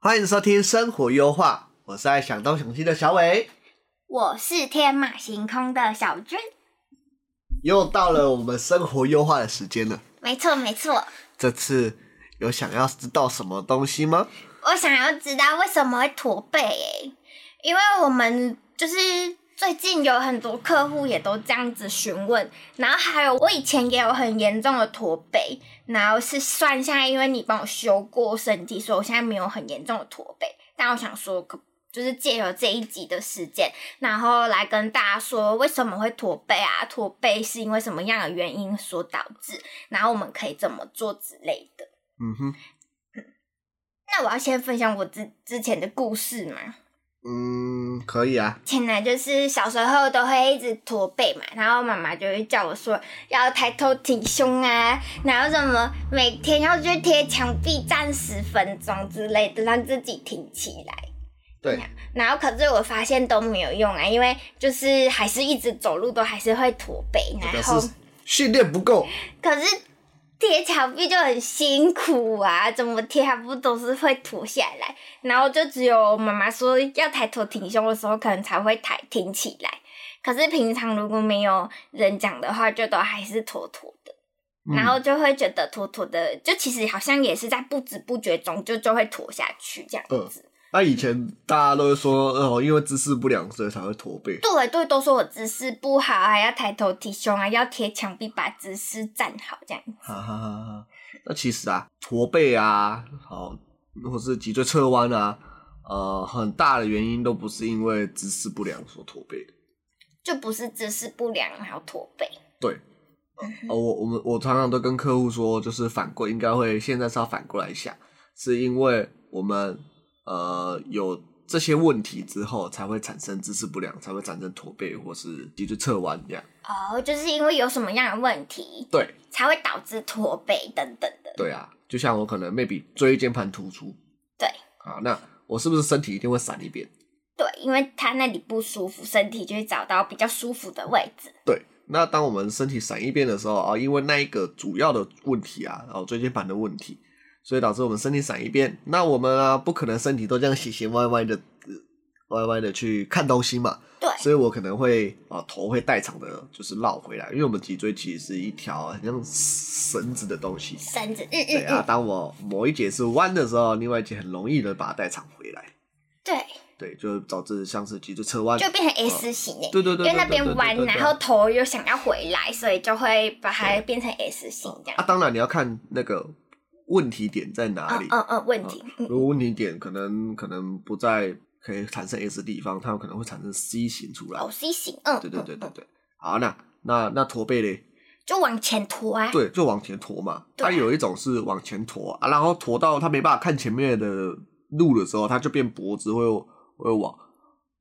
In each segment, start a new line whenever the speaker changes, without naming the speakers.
欢迎收听《生活优化》，我是爱想东想西的小伟。
我是天马行空的小娟。
又到了我们生活优化的时间了，
没错，没错。
这次有想要知道什么东西吗？
我想要知道为什么会驼背诶、因为我们就是最近有很多客户也都这样子询问，然后还有我以前也有很严重的驼背，然后是算下来，因为你帮我修过身体，所以我现在没有很严重的驼背。但我想说，可就是借由这一集的时间，然后来跟大家说为什么会驼背啊，驼背是因为什么样的原因所导致，然后我们可以怎么做之类的。
嗯哼，
那我要先分享我之之前的故事嘛。
嗯，可以啊。
前来就是小时候都会一直驼背嘛，然后妈妈就会叫我说要抬头挺胸啊，然后什么每天要去贴墙壁站十分钟之类的，让自己挺起来。
对，
然后可是我发现都没有用啊，因为就是还是一直走路都还是会驼背，
表
然后
示训练不够。
可是贴墙壁就很辛苦啊，怎么贴还不都是会脱下来？然后就只有妈妈说要抬头挺胸的时候，可能才会抬挺起来。可是平常如果没有人讲的话，就都还是妥妥的，
嗯
然后就会觉得妥妥的，就其实好像也是在不知不觉中就就会妥下去这样子。
那、以前大家都会说，哦，因为姿势不良，所以才会驼背。
对对，都说我姿势不好啊，还要抬头挺胸啊，要贴墙壁把姿势站好这样。
哈哈哈哈。那其实啊，驼背啊，好，或是脊椎侧弯啊，呃，很大的原因都不是因为姿势不良所驼背的。
就不是姿势不良，还有驼背。
对，呃，我我们我常常都跟客户说，就是反过应该会现在是要反过来想，是因为我们呃有这些问题之后，才会产生姿势不良，才会产生驼背或是脊椎侧弯这样。
哦，就是因为有什么样的问题，
对
才会导致驼背等等的。
对啊，就像我可能 maybe 椎间盘突出
对
啊，那我是不是身体一定会闪一边？
对，因为他那里不舒服，身体就会找到比较舒服的位置。
对，那当我们身体闪一边的时候啊，因为那一个主要的问题啊，然后椎间盘的问题，所以导致我们身体闪一边。那我们啊，不可能身体都这样斜斜歪歪的、呃歪歪的去看东西嘛。
对
所以我可能会啊，头会代偿的，就是绕回来，因为我们脊椎其实是一条很像绳子的东西。
身子，嗯
对
嗯
啊，
嗯，
当我某一节是弯的时候，另外一节很容易的把它代偿回来。
对，
对，就导致像是脊椎侧弯。
就变成 S 型诶。
对对对，
因为那
对对
边
对
弯，
对对
然后头又想要回来，所以就会把它
对
变成 S 型这
啊，
样。
当然你要看那个问题点在啊哪里
嗯。嗯嗯，问题，嗯
如果问题点可能可能不在可以产生 S 的地方，它有可能会产生 C 型出来
哦。C 型，嗯，
对对对
嗯
对对。好，那那那驼背嘞？
就往前拖啊。
对，就往前驼嘛。
对啊
它有一种是往前驼啊，然后驼到它没办法看前面的路的时候，它就变脖子会会往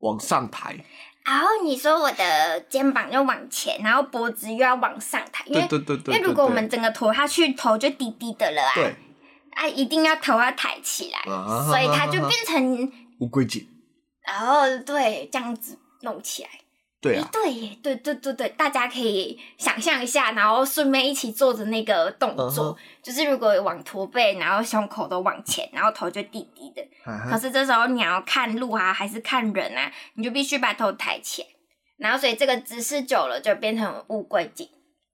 往上抬。
然后你说我的肩膀要往前，然后脖子又要往上抬，因为
对对对对。
因为如
对
果我
对
们整个头下去，头就低低的了啊，
对
啊，一定要头要抬起来，
啊
所以它就变成，
乌龟颈，
然后对这样子弄起来，
啊对
诶
啊，
对耶，对对对对，大家可以想象一下，然后顺便一起做着那个动作
嗯哼
就是如果往驼背，然后胸口都往前，然后头就低低的，
哈哈
可是这时候你要看路啊，还是看人啊，你就必须把头抬起来，然后所以这个姿势久了就变成乌龟颈。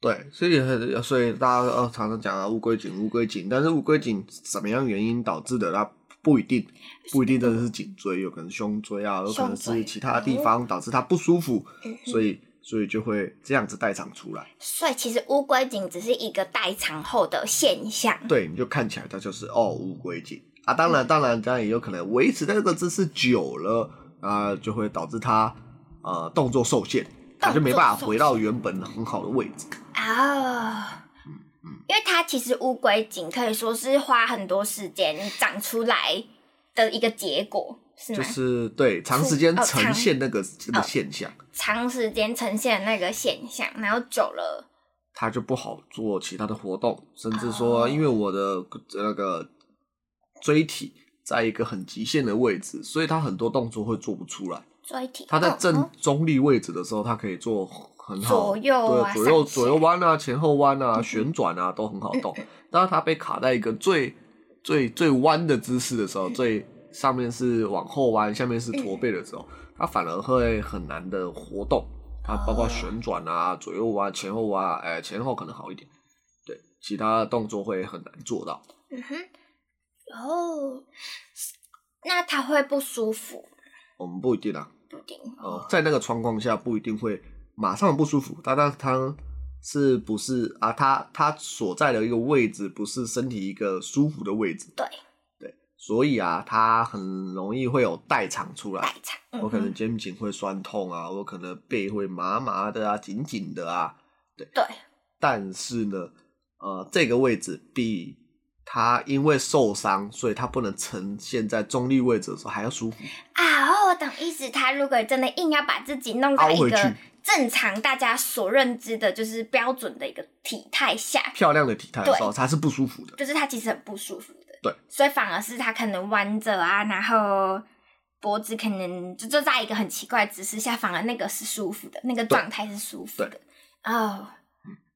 对，所以很，所以大家呃常常讲啊乌龟颈，乌龟颈，但是乌龟颈什么样原因导致的，它不一定，不一定真的是颈椎，有可能胸椎啊，有可能
胸
是
椎
其他地方导致它不舒服，所以所以就会这样子代偿出来。
嗯所以其实乌龟颈只是一个代偿后的现象。
对，你就看起来它就是哦乌龟颈啊，当然当然当然也有可能维持在这个姿势久了啊、就会导致它呃动作受限，它就没办法回到原本很好的位置。
啊、
嗯
因为它其实乌龟颈可以说是花很多时间长出来的一个结果，是
就
吗？
是对长时间
哦
呈
长呃
现那个这个现象，
长时间呈现的那个现象，然后久了，
它就不好做其他的活动，甚至说
哦
因为我的呃那个椎体在一个很极限的位置，所以它很多动作会做不出来。
椎体
它在
哦
正
哦
中立位置的时候，它可以做很好
左右啊嗯
对左右
上下
左右弯啊、前后弯啊、旋转啊都很
嗯
好动。但是它被卡在一个最最最弯的姿势的时候，
嗯
最上面是往后弯，下面是驼背的时候，它反而会很难的活动。它包括
哦
旋转啊、左右弯、前后弯啊，哎、前后可能好一点，对，其他的动作会很难做到。
嗯哼，哦，那它会不舒服，
我们不一定啊，
不定
呃，在那个状况下不一定会马上不舒服，但但它是不是啊？它它所在的一个位置不是身体一个舒服的位置，
对
对，所以啊，它很容易会有代偿出来
代。偿。嗯
我可能
哼，
肩颈会酸痛啊，我可能背会麻麻的啊，紧紧的啊。
对，
但是呢，呃，这个位置比它因为受伤，所以它不能呈现在中立位置的时候还要舒服。
啊，哦，我懂意思。他如果真的硬要把自己弄到
凹
一
回
个
去
正常大家所认知的，就是标准的一个体态下，
漂亮的体态的时候，它是不舒服的。
就是他其实很不舒服的。
对，
所以反而是他可能弯着啊，然后脖子可能就就在一个很奇怪的姿势下，反而那个是舒服的，那个状态是舒服的。哦。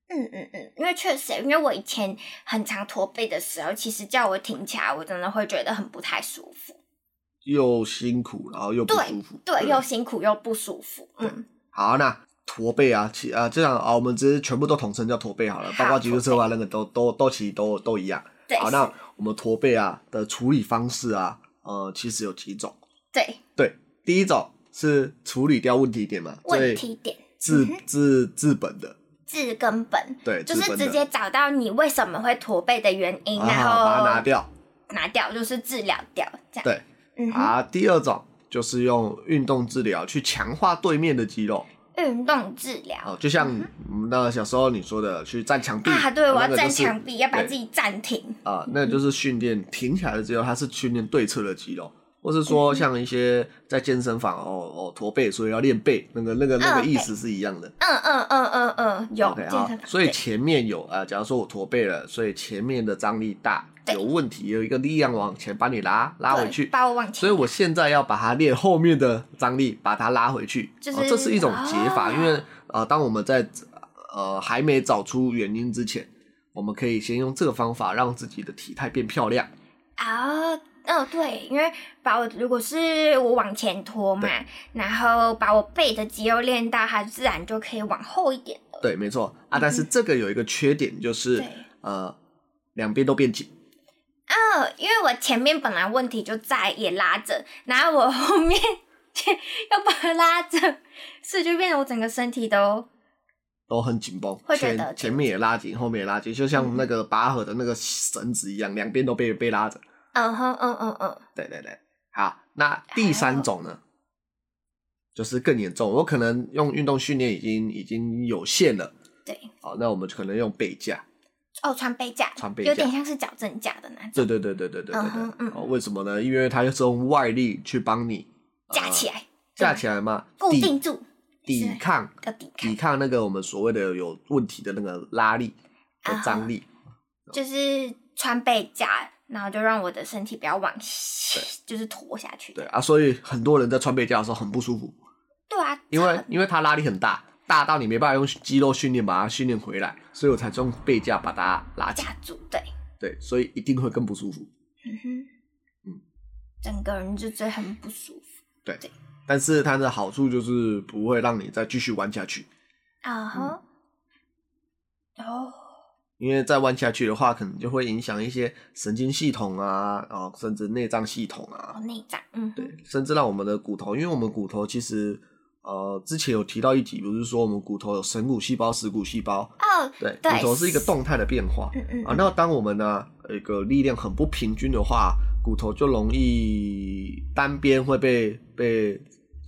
嗯嗯嗯，因为确实，因为我以前很常驼背的时候，其实叫我挺起来，我真的会觉得很不太舒服。
又辛苦，然后又不舒服，
对，又辛苦又不舒服。嗯，
好那驼背啊，骑啊，这样啊，我们直接全部都统称叫驼背好了，
好
包括急救车啊，那个都都都其实都都一样。
对，
好，那我们驼背啊的处理方式啊，呃，其实有几种。
对
对，第一种是处理掉问题点嘛，
问
最
题点
治治治本的，
治根本，
对，
就
治
是
本的
直接找到你为什么会驼背的原因，
啊
然后
把它拿，掉。
拿掉就是治疗掉，这样。
对，
嗯哼，
啊，第二种就是用运动治疗去强化对面的肌肉。
运动治疗
哦，就像嗯那小时候你说的，去站墙壁
啊，对，我
那
要
个
站
就是
墙壁，要把
对
自己站停。
啊、那就是训练挺起来的肌肉，它是训练对侧的肌肉，或是
嗯
说像一些在健身房哦哦驼背，所以要练背，那个那个那个
嗯
意思是一样的。
嗯嗯嗯嗯嗯，有
OK
健
啊
身，房，
所以
对
前面有啊、呃假如说我驼背了，所以前面的张力大
对
有问题，有一个力量往前把你拉拉回
对
去，
把我往
所
前
以我现在要把它练后面的张力，把它拉回去。
就是
哦、这是一种解法，
哦
因为呃，当我们在呃还没找出原因之前，我们可以先用这个方法让自己的体态变漂亮。
啊，嗯，对，因为把我如果是我往前拖嘛，然后把我背的肌肉练到，它自然就可以往后一点了。
对，没错啊。但是这个有一个缺点，就是
嗯对
呃两边都变紧。
哦，因为我前面本来问题就在也拉着，然后我后面 又把它拉着，所以就变得我整个身体都
都很紧绷，
会觉得嗯
前前面也拉紧，后面也拉紧，就像那个拔河的那个绳子一样，两边都被被拉着。
嗯哼嗯嗯嗯，
对对对，好，那第三种呢，就是更严重，我可能用运动训练已经已经有限了，
对，
好，那我们就可能用背架，
哦，穿背架，
穿背
有
架
点像是矫正架的那种，
对对对对对对对
嗯
对
哼嗯
哦，为什么呢？因为它就是用外力去帮你
架起
来，
来，
架起来嘛，
固
抵
定住，
抵抗
要抵抗
抵，抗那个我们所谓的有问题的那个拉力
啊
和
哈
张力，
就是穿背架，然后就让我的身体不要往西，就是拖下去。
对啊，所以很多人在穿背架的时候很不舒服，
对啊，
因为因为它拉力很大，大到你没办法用肌肉训练把它训练回来，所以我才用背架把它拉起来。
架住，对，
对，所以一定会更不舒服。
嗯哼，嗯，整个人就觉得很不舒服
对
对，
但是它的好处就是不会让你再继续弯下去，
啊哈，
嗯
哦。
因为再弯下去的话，可能就会影响一些神经系统啊，然后甚至内脏系统
哦，
啊，
内脏，嗯，
对，，甚至让我们的骨头，因为我们骨头其实呃之前有提到一集，不是说我们骨头有神骨细胞、食骨细胞，
哦，
对，
对
骨头是一个动态的变化。
嗯嗯，
啊，那当我们呢一个力量很不平均的话，骨头就容易单边会被被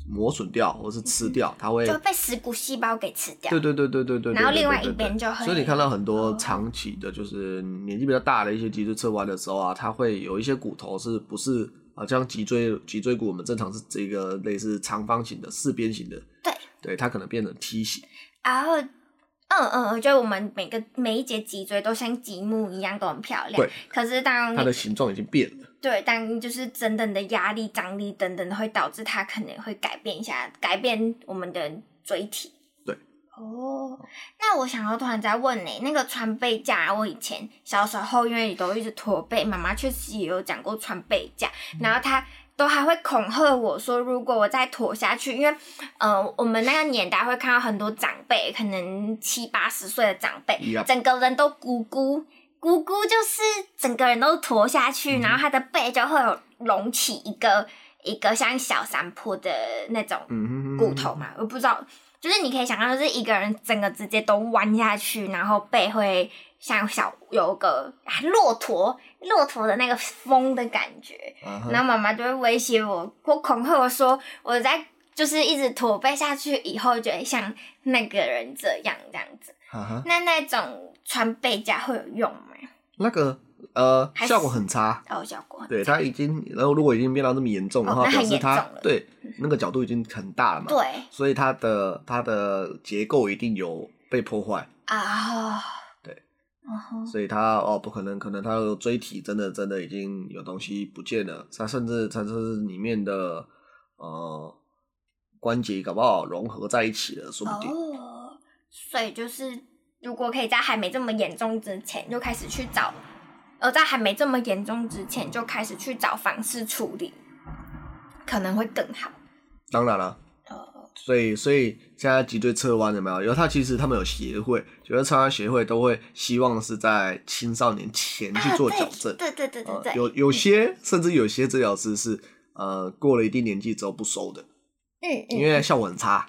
磨损掉或是吃掉，它会
嗯就被死骨细胞给吃掉。
对对对对对对，
然后
对
另外
对对
一
对
边就哦会
所以你看到很多长期的，就是年纪比较大的一些脊椎侧弯的时候啊，它会有一些骨头是不是啊，像脊椎脊椎骨，我们正常是这个类似长方形的、四边形的，
对，
对，它可能变成梯形，
然后，嗯嗯，嗯，就我们每个每一节脊椎都像积木一样都很漂亮
对。
可是当
它
你
的形状已经变了。
对当就是等等的压力、张力等等的，会导致它可能会改变一下，改变我们的椎体。
对。
哦，那我想要突然在问呢、那个穿背架，啊我以前小时候因为都一直驼背，妈妈确实也有讲过穿背架，
嗯
然后她都还会恐吓我说，如果我再拖下去，因为呃，我们那个年代会看到很多长辈，可能七八十岁的长辈
Yup
整个人都咕咕咕咕，就是整个人都驼下去，然后他的背就会有隆起一个一个像小山坡的那种
嗯哼哼
骨头嘛，我不知道，就是你可以想象，就是一个人整个直接都弯下去，然后背会像小有个啊骆驼骆驼的那个风的感觉，
啊
然
哈，
后妈妈就会威胁我，或恐吓我说我在就是一直驼背下去以后，就会像那个人这样这样子。
啊哈，
那那种穿背架会有用吗？
那个呃
还是
效果很差，
哦，效果
对，它已经，然后如果已经变到这么严重的
哦
话，
那很
表示
严
它
重了
对那个角度已经很大了嘛，
对
所以它的它的结构一定有被破坏。
啊、哦，
对
嗯哼，
所以它哦不可能，可能它的椎体真的真的已经有东西不见了，它甚至它甚至里面的呃关节搞不好融合在一起了，说不定。
哦，所以就是如果可以在还没这么严重之前就开始去找，呃，在还没这么严重之前就开始去找方式处理，可能会更好。
当然了。
哦，
所以，所以现在脊椎侧弯有没有？有，它其实他们有协会，脊椎侧弯协会都会希望是在青少年前去做矫正。
啊对对对对
呃
对，
有有些甚至有些治疗师是呃过了一定年纪之后不收的，
嗯嗯
因为效果很差。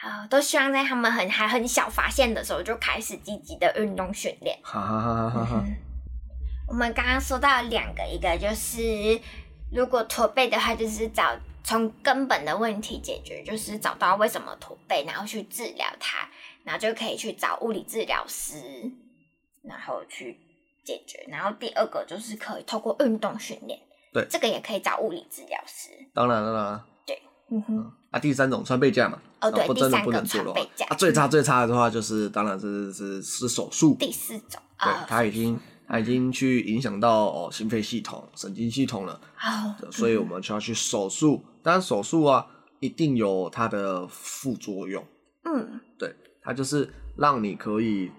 好，都希望在他们很还很小发现的时候就开始积极的运动训练。
哈哈哈哈哈哈！
我们刚刚说到两个，一个就是如果驼背的话，就是找从根本的问题解决，就是找到为什么驼背，然后去治疗它，然后就可以去找物理治疗师，然后去解决。然后第二个就是可以透过运动训练，
对
这个也可以找物理治疗师。
当然了啦。
嗯哼，
啊，第三种穿背架嘛，
哦对
啊不
第
真的
三
不
个
能做的话
穿背架
啊，最差最差的话就是，当然是是是手术，对
第四种啊，
他已经他已经去影响到哦心肺系统、神经系统了，
哦，
对所以我们就要去手术。当然手术啊，一定有它的副作用，
嗯，
对，它就是让你可以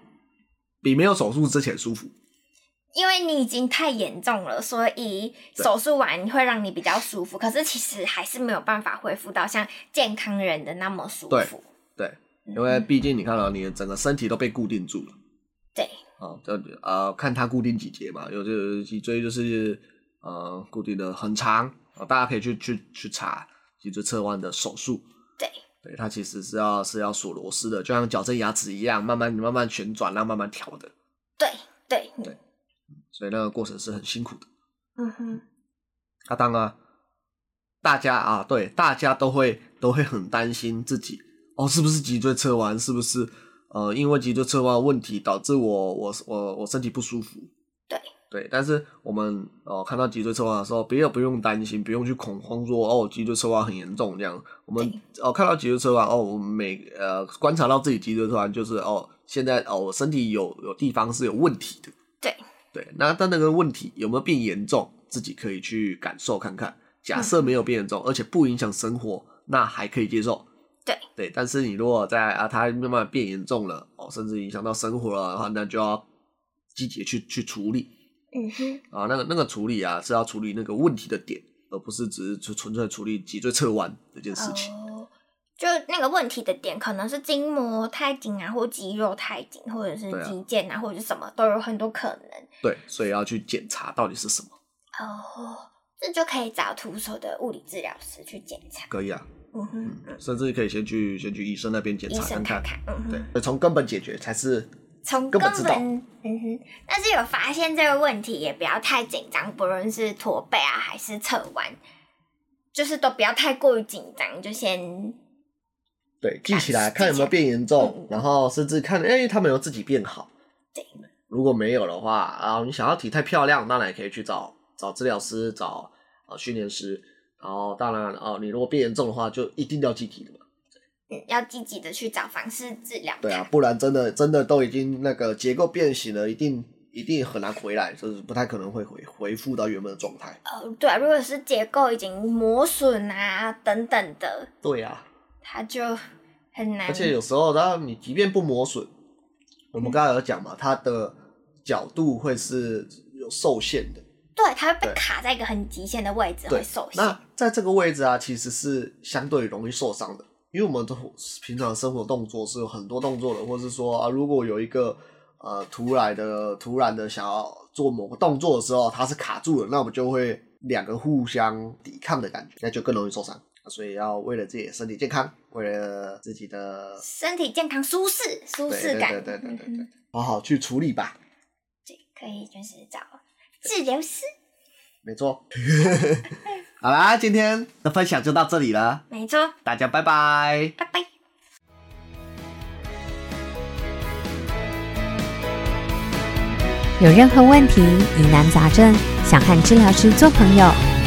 比没有手术之前舒服。
因为你已经太严重了，所以手术完会让你比较舒服，可是其实还是没有办法恢复到像健康人的那么舒服。嗯
对，因为毕竟你看到、哦你的整个身体都被固定住了
对，
啊，这呃看它固定几节嘛，有这脊椎就是呃固定的很长啊，大家可以去去去查脊椎侧弯的手术。
对，
对，它其实是要是要锁螺丝的，就像矫正牙齿一样，慢慢你慢慢旋转，然后慢慢调的，
对，对，
对所以那个过程是很辛苦的。
嗯哼，
那、当然，大家啊，对，大家都会都会很担心自己哦，是不是脊椎侧弯？是不是呃，因为脊椎侧弯的问题导致我我我我身体不舒服？
对
对，但是我们哦、看到脊椎侧弯的时候，不要不用担心，不用去恐慌说哦脊椎侧弯很严重这样。我们哦、看到脊椎侧弯哦，我们每呃观察到自己脊椎侧弯就是哦现在哦我身体有有地方是有问题的。
对，
对，那但那个问题有没有变严重，自己可以去感受看看。假
嗯
设没有变严重，而且不影响生活，那还可以接受。
对
对，但是你如果在啊，它慢慢变严重了哦，甚至影响到生活了的话，那就要积极地去去处理
嗯哼，
啊。那个那个处理啊，是要处理那个问题的点，而不是只是纯纯粹处理脊椎侧弯这件事情。
哦，就那个问题的点可能是筋膜太紧啊，或肌肉太紧，或者是
对啊
肌腱啊，或者是什么，都有很多可能。
对，所以要去检查到底是什么。
哦，这就可以找徒手的物理治疗师去检查。
可以啊，
嗯哼，
嗯甚至可以先去先去医生那边检
医
查
生
看
看
看。
看。嗯哼。
对，从根本解决才是
从
根
根
本
本
知道
嗯哼，但是有发现这个问题也不要太紧张，不论是驼背啊还是侧弯，就是都不要太过于紧张，就先
对，记起来
记起来
看有没有变严重
嗯，
然后甚至看，哎、他们有自己变好。
对，
如果没有的话，啊，你想要体态漂亮，当然也可以去找找治疗师，找啊训练师。然后当然哦，你如果变严重的话，就一定要记体的嘛。
嗯要积极的去找方式治疗它。
对啊，不然真的真的都已经那个结构变形了，一定一定很难回来，就是不太可能会回恢复到原本的状态。
呃，对啊、如果是结构已经磨损啊等等的，
对啊，
它就很难。
而且有时候，然后你即便不磨损，我们刚才有讲嘛，它的角度会是有受限的。
对，它会被
对
卡在一个很极限的位置，
对
会受限。
那在这个位置啊，其实是相对容易受伤的，因为我们的平常生活动作是有很多动作的，或是说啊，如果有一个呃突然的突然的想要做某个动作的时候，它是卡住了，那我们就会两个互相抵抗的感觉，那就更容易受伤。啊所以要为了自己的身体健康，为了自己的
身体健康、舒适、舒
对
适
对
感，
对对对对
嗯
对
哼，
好好去处理吧。
对，可以就是找治疗师。
没 错，好啦，今天的分享就到这里了，
没错，
大家拜拜。
拜拜。
有任何问题、疑难杂症，想和治疗师做朋友，